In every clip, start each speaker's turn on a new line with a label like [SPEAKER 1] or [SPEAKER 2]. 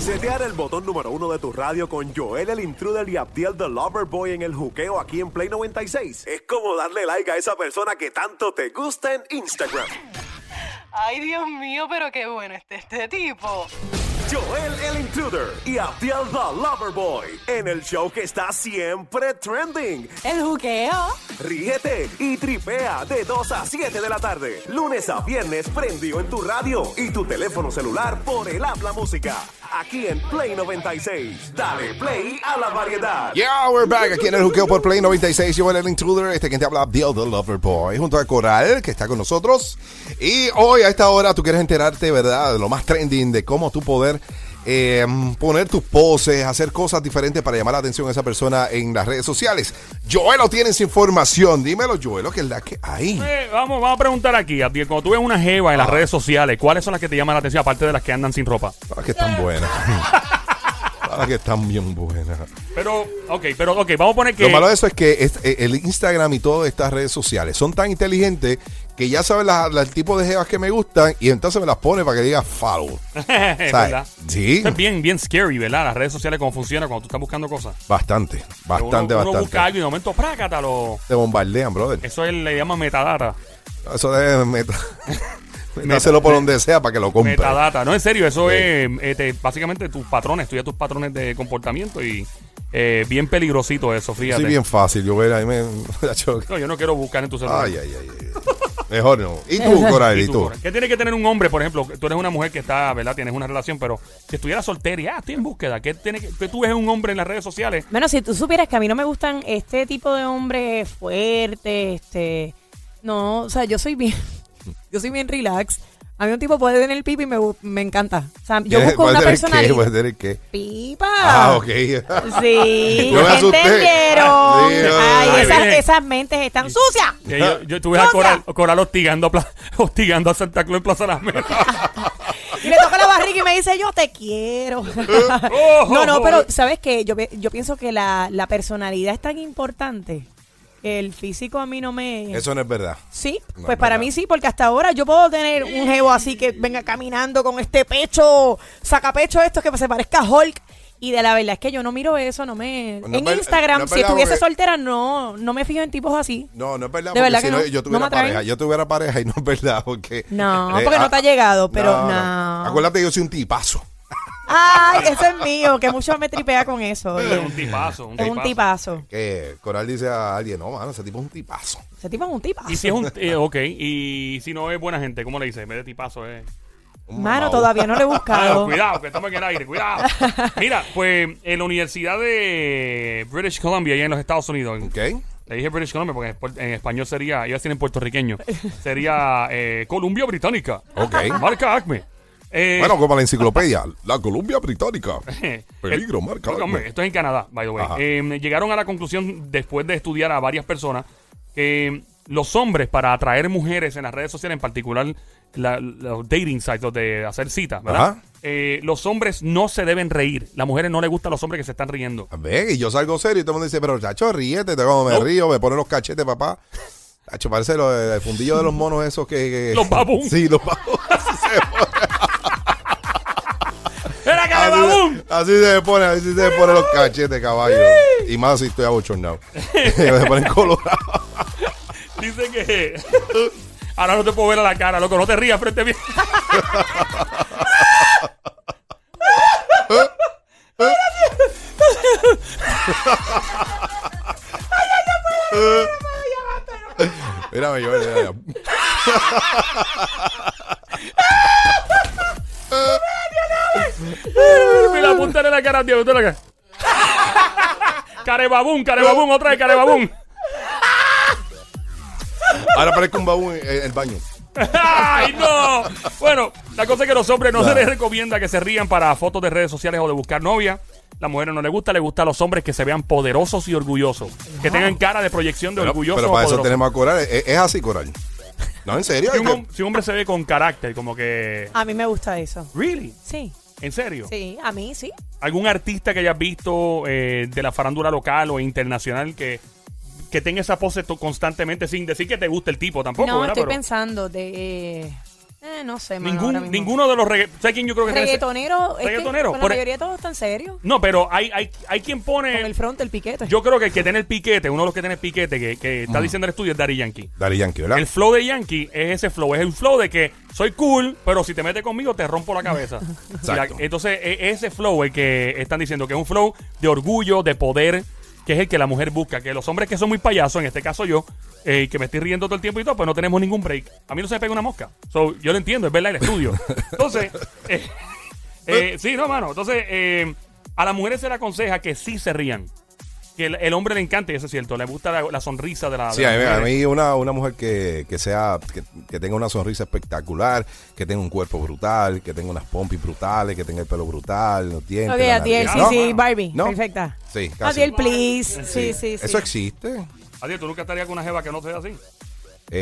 [SPEAKER 1] Setear el botón número uno de tu radio con Joel el Intruder y Abdiel the Loverboy en el juqueo aquí en Play 96 es como darle like a esa persona que tanto te gusta en Instagram.
[SPEAKER 2] Ay, Dios mío, pero qué bueno este, este tipo.
[SPEAKER 1] Joel el Intruder y Abdiel the Loverboy en el show que está siempre trending.
[SPEAKER 3] El juqueo.
[SPEAKER 1] Ríete y tripea de 2 a 7 de la tarde, lunes a viernes prendido en tu radio y tu teléfono celular por el habla música. Aquí en Play 96, dale play a la variedad.
[SPEAKER 4] Yeah, we're back aquí en el juqueo por Play 96. Yo, el intruder, este quien te habla, Abdiel the Lover Boy, junto a Coral, que está con nosotros. Y hoy a esta hora tú quieres enterarte, ¿verdad?, de lo más trending, de cómo tú poder eh, poner tus poses, hacer cosas diferentes para llamar la atención a esa persona en las redes sociales. Joelo, tienes información. Dímelo, Joelo, que es la que hay.
[SPEAKER 5] Eh, vamos, vamos a preguntar aquí, Abdiel, cuando tú ves una jeva en las redes sociales, ¿cuáles son las que te llaman la atención aparte de las que andan sin ropa?
[SPEAKER 4] Para que están buenas. Para que están bien buenas.
[SPEAKER 5] Pero, ok, pero, ok, vamos a poner que...
[SPEAKER 4] Lo malo de eso es que es- eh, el Instagram y todas estas redes sociales son tan inteligentes que ya saben la- la- el tipo de jevas que me gustan y entonces me las pone para que diga follow.
[SPEAKER 5] Es
[SPEAKER 4] ¿Sabes?
[SPEAKER 5] verdad.
[SPEAKER 4] Sí.
[SPEAKER 5] Eso es bien, bien scary, ¿verdad? Las redes sociales, cómo funciona cuando tú estás buscando cosas.
[SPEAKER 4] Bastante,
[SPEAKER 5] Uno-
[SPEAKER 4] bastante,
[SPEAKER 5] uno, busca
[SPEAKER 4] bastante.
[SPEAKER 5] algo y de momento, prácatalo.
[SPEAKER 4] Te bombardean, brother.
[SPEAKER 5] Eso es- le llaman metadata.
[SPEAKER 4] Eso de meta. Métaselo por donde sea para que lo compre.
[SPEAKER 5] Metadata. No, en serio, eso
[SPEAKER 4] Sí.
[SPEAKER 5] es eh, te- básicamente tus patrones, estudia tus patrones de comportamiento y eh, bien peligrosito eso, fíjate.
[SPEAKER 4] Sí, bien fácil. Yo ver ahí me.
[SPEAKER 5] No, yo no quiero buscar en tu celular.
[SPEAKER 4] Ay, ay, ay, ay. Mejor no. ¿Y tú, Coral?
[SPEAKER 5] ¿Y
[SPEAKER 4] ¿Y
[SPEAKER 5] tú,
[SPEAKER 4] tú?
[SPEAKER 5] Cora? ¿Qué tiene que tener un hombre, por ejemplo? Tú eres una mujer que está, ¿verdad? Tienes una relación, pero si estuviera soltera, y, ah, estoy en búsqueda. ¿Qué tiene que, que tú ves un hombre en las redes sociales?
[SPEAKER 3] Bueno, si tú supieras que a mí no me gustan este tipo de hombres fuertes, este... No, o sea, yo soy bien... Yo soy bien relax. A mí un tipo puede tener pipa y me, gu- me encanta. O sea, yo
[SPEAKER 4] ¿Qué?
[SPEAKER 3] busco
[SPEAKER 4] ¿Puede
[SPEAKER 3] una
[SPEAKER 4] ser
[SPEAKER 3] persona...
[SPEAKER 4] ¿Qué? ¿Puede ser qué?
[SPEAKER 3] ¡Pipa!
[SPEAKER 4] Ah, ok.
[SPEAKER 3] Sí,
[SPEAKER 4] Yo me asusté.
[SPEAKER 3] entendieron.
[SPEAKER 4] Sí, yo-
[SPEAKER 3] Ay,
[SPEAKER 5] Ay,
[SPEAKER 3] esas,
[SPEAKER 5] bien.
[SPEAKER 3] esas mentes están sucias.
[SPEAKER 5] Que yo, yo tuve a
[SPEAKER 3] ¡Cosa!
[SPEAKER 5] Coral, Coral hostigando, a Pla- hostigando a Santa Claus en Plaza de las Américas.
[SPEAKER 3] Y le toca la barriga y me dice, yo te quiero. no, no, pero ¿sabes qué? Yo, pe- yo pienso que la, la personalidad es tan importante. que El físico a mí no me...
[SPEAKER 4] Eso no es verdad.
[SPEAKER 3] Sí,
[SPEAKER 4] No,
[SPEAKER 3] pues para
[SPEAKER 4] verdad.
[SPEAKER 3] mí sí, porque hasta ahora yo puedo tener un jevo así que venga caminando con este pecho, saca pecho esto que se parezca a Hulk. Y de la verdad es que yo no miro eso, no me...
[SPEAKER 4] No es
[SPEAKER 3] en
[SPEAKER 4] ver-
[SPEAKER 3] Instagram,
[SPEAKER 4] no es
[SPEAKER 3] si
[SPEAKER 4] verdad,
[SPEAKER 3] estuviese
[SPEAKER 4] porque-
[SPEAKER 3] soltera, no, no me fijo en tipos así.
[SPEAKER 4] No, no es verdad.
[SPEAKER 3] De
[SPEAKER 4] porque
[SPEAKER 3] verdad
[SPEAKER 4] si
[SPEAKER 3] que
[SPEAKER 4] no,
[SPEAKER 3] no.
[SPEAKER 4] yo
[SPEAKER 3] No
[SPEAKER 4] tuviera
[SPEAKER 3] me atraen.
[SPEAKER 4] pareja. Yo tuviera pareja y no es verdad. Porque,
[SPEAKER 3] No, porque no te ha llegado, pero no.
[SPEAKER 4] Acuérdate que yo soy un tipazo.
[SPEAKER 3] Ay, eso es mío, que mucho me tripea con eso.
[SPEAKER 5] Es
[SPEAKER 3] oye.
[SPEAKER 5] un tipazo, un
[SPEAKER 3] Es un
[SPEAKER 5] tipazo.
[SPEAKER 3] tipazo.
[SPEAKER 4] Que Coral dice a alguien, no, mano, ese tipo es un tipazo.
[SPEAKER 3] Ese tipo es un tipazo.
[SPEAKER 5] Y si es un. eh, ok, y si no es buena gente, ¿cómo le dices? En vez de tipazo, es.
[SPEAKER 4] Un
[SPEAKER 3] Mano,
[SPEAKER 4] mamau.
[SPEAKER 3] todavía no lo he
[SPEAKER 5] Ah,
[SPEAKER 3] buscado.
[SPEAKER 5] cuidado, que estamos en el aire, cuidado. Mira, pues en la Universidad de British Columbia, allá en los Estados Unidos, en-
[SPEAKER 4] Ok.
[SPEAKER 5] Le dije British Columbia porque en espo- en español sería, iba a decir en puertorriqueño, sería eh, Columbia Británica.
[SPEAKER 4] Ok.
[SPEAKER 5] Marca Acme. Eh,
[SPEAKER 4] Bueno, como la enciclopedia, la Columbia Británica. Peligro,
[SPEAKER 5] eh,
[SPEAKER 4] marca.
[SPEAKER 5] ok, hombre, Esto es en Canadá, by the way.
[SPEAKER 4] Ajá.
[SPEAKER 5] Eh, llegaron a la conclusión, después de estudiar a varias personas, que em, los hombres, para atraer mujeres en las redes sociales, en particular la- los dating sites, los de hacer citas, ¿verdad?
[SPEAKER 4] Ajá.
[SPEAKER 5] Eh, los hombres no se deben reír. Las mujeres no les gustan los hombres que se están riendo.
[SPEAKER 4] A ver, y yo salgo serio y todo el mundo dice, pero chacho, ríete, te como me río, me pone los cachetes, papá. Chacho, parece lo, el fundillo de los monos esos que... que-
[SPEAKER 5] Los babún.
[SPEAKER 4] Sí, los babún. pues.
[SPEAKER 5] ¡Era que de
[SPEAKER 4] Así,
[SPEAKER 5] babún!
[SPEAKER 4] se- así se me pone, así se me pone los cachetes, caballo. Y más si estoy abochornado. me ponen colorado.
[SPEAKER 5] Dice que. Ahora no te puedo ver a la cara, loco. No te rías frente a mí.
[SPEAKER 4] Mírame, yo... mira, mira.
[SPEAKER 5] Me la apuntan en la cara, tío. Tú la cara. Carebabún, carebabún, otra vez carebabún.
[SPEAKER 4] Ahora parezco un babún en en el baño.
[SPEAKER 5] ¡Ay, no! Bueno, la cosa es que los hombres no se les recomienda que se rían para fotos de redes sociales o de buscar novia. Las mujeres no les gusta, les gusta a los hombres que se vean poderosos y orgullosos. Que tengan cara de proyección de
[SPEAKER 4] Pero,
[SPEAKER 5] orgulloso
[SPEAKER 4] pero
[SPEAKER 5] o
[SPEAKER 4] para eso
[SPEAKER 5] poderoso.
[SPEAKER 4] tenemos a Coral. Es, es así, Coral. No, en serio.
[SPEAKER 5] Si
[SPEAKER 4] es
[SPEAKER 5] un,
[SPEAKER 4] que-
[SPEAKER 5] hom- si un hombre se ve con carácter, como que...
[SPEAKER 3] A mí me gusta eso.
[SPEAKER 5] ¿Really?
[SPEAKER 3] Sí,
[SPEAKER 5] ¿En serio?
[SPEAKER 3] sí, a mí sí.
[SPEAKER 5] algún artista que hayas visto eh, de la farándula local o internacional que, que tenga esa pose to- constantemente sin decir que te gusta el tipo tampoco,
[SPEAKER 3] No,
[SPEAKER 5] ¿verdad?
[SPEAKER 3] estoy
[SPEAKER 5] Pero-
[SPEAKER 3] pensando de... eh, Eh, no sé, mano, ahora
[SPEAKER 5] Ningún,
[SPEAKER 3] mismo.
[SPEAKER 5] ninguno de los regga- ¿Sabes quién yo creo que tiene Pues ese-
[SPEAKER 3] Reggaetonero. Es
[SPEAKER 5] Reggaetonero,
[SPEAKER 3] Que, con
[SPEAKER 5] por- e-
[SPEAKER 3] la mayoría de todos están serios.
[SPEAKER 5] No, pero hay, hay, hay quien
[SPEAKER 3] Con el
[SPEAKER 5] pone.
[SPEAKER 3] front, el piquete.
[SPEAKER 5] Yo creo que el que tiene el piquete, uno de los que tiene el piquete, que, que está diciendo el estudio, es Daddy Yankee.
[SPEAKER 4] Daddy Yankee, ¿verdad?
[SPEAKER 5] El flow de Yankee es ese flow, es el flow de que soy cool, pero si te metes conmigo te rompo la cabeza.
[SPEAKER 4] Exacto.
[SPEAKER 5] Y la- entonces, e- ese flow el que están diciendo que es un flow de orgullo, de poder, que es el que la mujer busca. Que los hombres que son muy payasos, en este caso yo, eh, y que me estoy riendo todo el tiempo y todo, pues no tenemos ningún break. A mí no se me pega una mosca. So, yo lo entiendo, es verdad, el estudio. Entonces, eh, eh, sí, no, mano. Entonces, eh, a las mujeres se les aconseja que sí se rían. Que el, el hombre le encante, eso es cierto. Le gusta la, la sonrisa de la.
[SPEAKER 4] Sí,
[SPEAKER 5] de
[SPEAKER 4] a
[SPEAKER 5] las
[SPEAKER 4] mí, a
[SPEAKER 5] mujeres.
[SPEAKER 4] mí una, una mujer que, que sea que, que tenga una sonrisa espectacular, que tenga un cuerpo brutal, que tenga unas pompis brutiles, que tenga el pelo brutal, los dientes.
[SPEAKER 3] Ok,
[SPEAKER 4] la
[SPEAKER 3] Adiel,
[SPEAKER 4] nariz.
[SPEAKER 3] sí,
[SPEAKER 4] ¿No?
[SPEAKER 3] sí, Barbie.
[SPEAKER 4] ¿No?
[SPEAKER 3] Perfecta.
[SPEAKER 4] Sí, casi.
[SPEAKER 3] Adiel, please. Sí, sí, sí.
[SPEAKER 4] Eso existe.
[SPEAKER 5] Adiós, tú nunca estarías con una jeva que no sea así.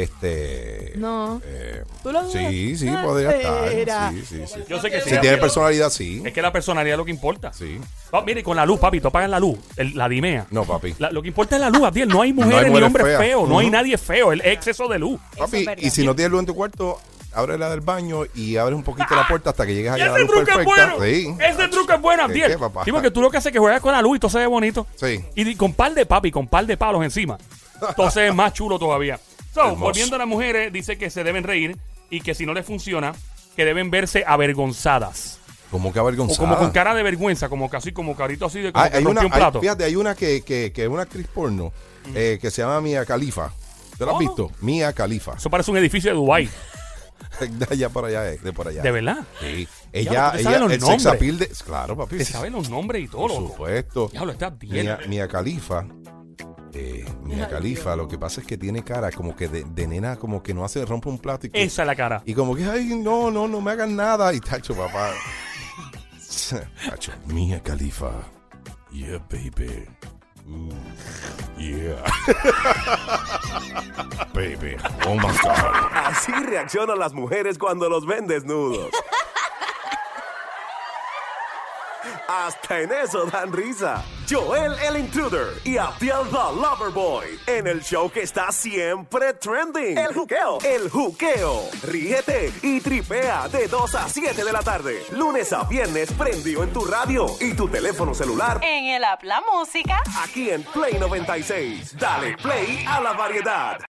[SPEAKER 4] Este.
[SPEAKER 3] No.
[SPEAKER 4] eh,
[SPEAKER 3] ¿Tú lo
[SPEAKER 4] sí,
[SPEAKER 3] dudas?
[SPEAKER 4] sí,
[SPEAKER 3] Ah,
[SPEAKER 4] podría
[SPEAKER 3] espera.
[SPEAKER 4] estar. Sí, sí, sí.
[SPEAKER 5] Yo sé que sí.
[SPEAKER 4] Si tiene personalidad, sí.
[SPEAKER 5] Es que la personalidad es lo que importa.
[SPEAKER 4] Sí.
[SPEAKER 5] Oh, mire, con la luz, papi, tú apagas la luz, el- la dimea.
[SPEAKER 4] No, papi.
[SPEAKER 5] La- lo que importa es la luz, Adiel. No hay mujeres ni
[SPEAKER 4] mujeres
[SPEAKER 5] hombres
[SPEAKER 4] feas.
[SPEAKER 5] feos. No hay
[SPEAKER 4] Ujú.
[SPEAKER 5] nadie feo. El exceso de luz.
[SPEAKER 4] Papi,
[SPEAKER 3] es verdad.
[SPEAKER 4] y si no tienes luz en tu cuarto, abre la del baño y abres un poquito
[SPEAKER 3] Ah.
[SPEAKER 4] la puerta hasta que llegues
[SPEAKER 5] Y
[SPEAKER 4] allá a la
[SPEAKER 5] ese
[SPEAKER 4] luz
[SPEAKER 5] truco es
[SPEAKER 4] perfecta.
[SPEAKER 5] bueno.
[SPEAKER 4] Sí.
[SPEAKER 5] Ese truco es bueno,
[SPEAKER 4] ¿Qué,
[SPEAKER 5] Abdiel.
[SPEAKER 4] qué, papá?
[SPEAKER 5] Sí, porque tú lo que haces es que juegas con la luz y todo se ve bonito.
[SPEAKER 4] Sí.
[SPEAKER 5] Y di- con par de papi, con par de palos encima. Entonces es más chulo todavía. So,
[SPEAKER 4] Hermoso.
[SPEAKER 5] volviendo a las mujeres, dice que se deben reír y que si no les funciona, que deben verse avergonzadas.
[SPEAKER 4] Como que
[SPEAKER 5] O
[SPEAKER 4] avergonzada.
[SPEAKER 5] como con cara de vergüenza, como casi como carito así de como
[SPEAKER 4] Ah,
[SPEAKER 5] que
[SPEAKER 4] hay
[SPEAKER 5] rompió
[SPEAKER 4] una,
[SPEAKER 5] un plato. Mm.
[SPEAKER 4] hay- fíjate, hay una que, que, que es una actriz porno eh, que se llama Mia Khalifa. ¿Te la has
[SPEAKER 5] ¿Cómo?
[SPEAKER 4] visto? Mia Khalifa.
[SPEAKER 5] Eso parece un edificio de Dubái.
[SPEAKER 4] De allá para allá, eh, de por allá.
[SPEAKER 5] De verdad.
[SPEAKER 4] Sí.
[SPEAKER 5] Diablo,
[SPEAKER 4] Ella,
[SPEAKER 5] ¿tú te sabes
[SPEAKER 4] ella,
[SPEAKER 5] los
[SPEAKER 4] el sex
[SPEAKER 5] nombres?
[SPEAKER 4] appeal de. Claro, papi.
[SPEAKER 5] Te
[SPEAKER 4] sí,
[SPEAKER 5] saben los nombres y todo,
[SPEAKER 4] Por
[SPEAKER 5] loco.
[SPEAKER 4] supuesto.
[SPEAKER 5] Diablo, estás bien.
[SPEAKER 4] Mia, Mia Khalifa. eh, Mia Khalifa, lo que pasa es que tiene cara como que de, de nena, como que no hace, rompe un plato y que-
[SPEAKER 5] Esa es la cara.
[SPEAKER 4] Y como que, ay, no, no, no me hagan nada. Y tacho, papá. tacho, mía califa. Yeah, baby. Mm, Yeah. baby. Oh my God.
[SPEAKER 1] Así reaccionan las mujeres cuando los ven desnudos. Hasta en eso dan risa. Joel el Intruder y Abdiel the Loverboy en el show que está siempre trending. El juqueo. El juqueo. Ríete y tripea de 2 a 7 de la tarde. Lunes a viernes prendió en tu radio y tu teléfono celular
[SPEAKER 2] En el app La Música.
[SPEAKER 1] aquí en Play 96. Dale play a la variedad.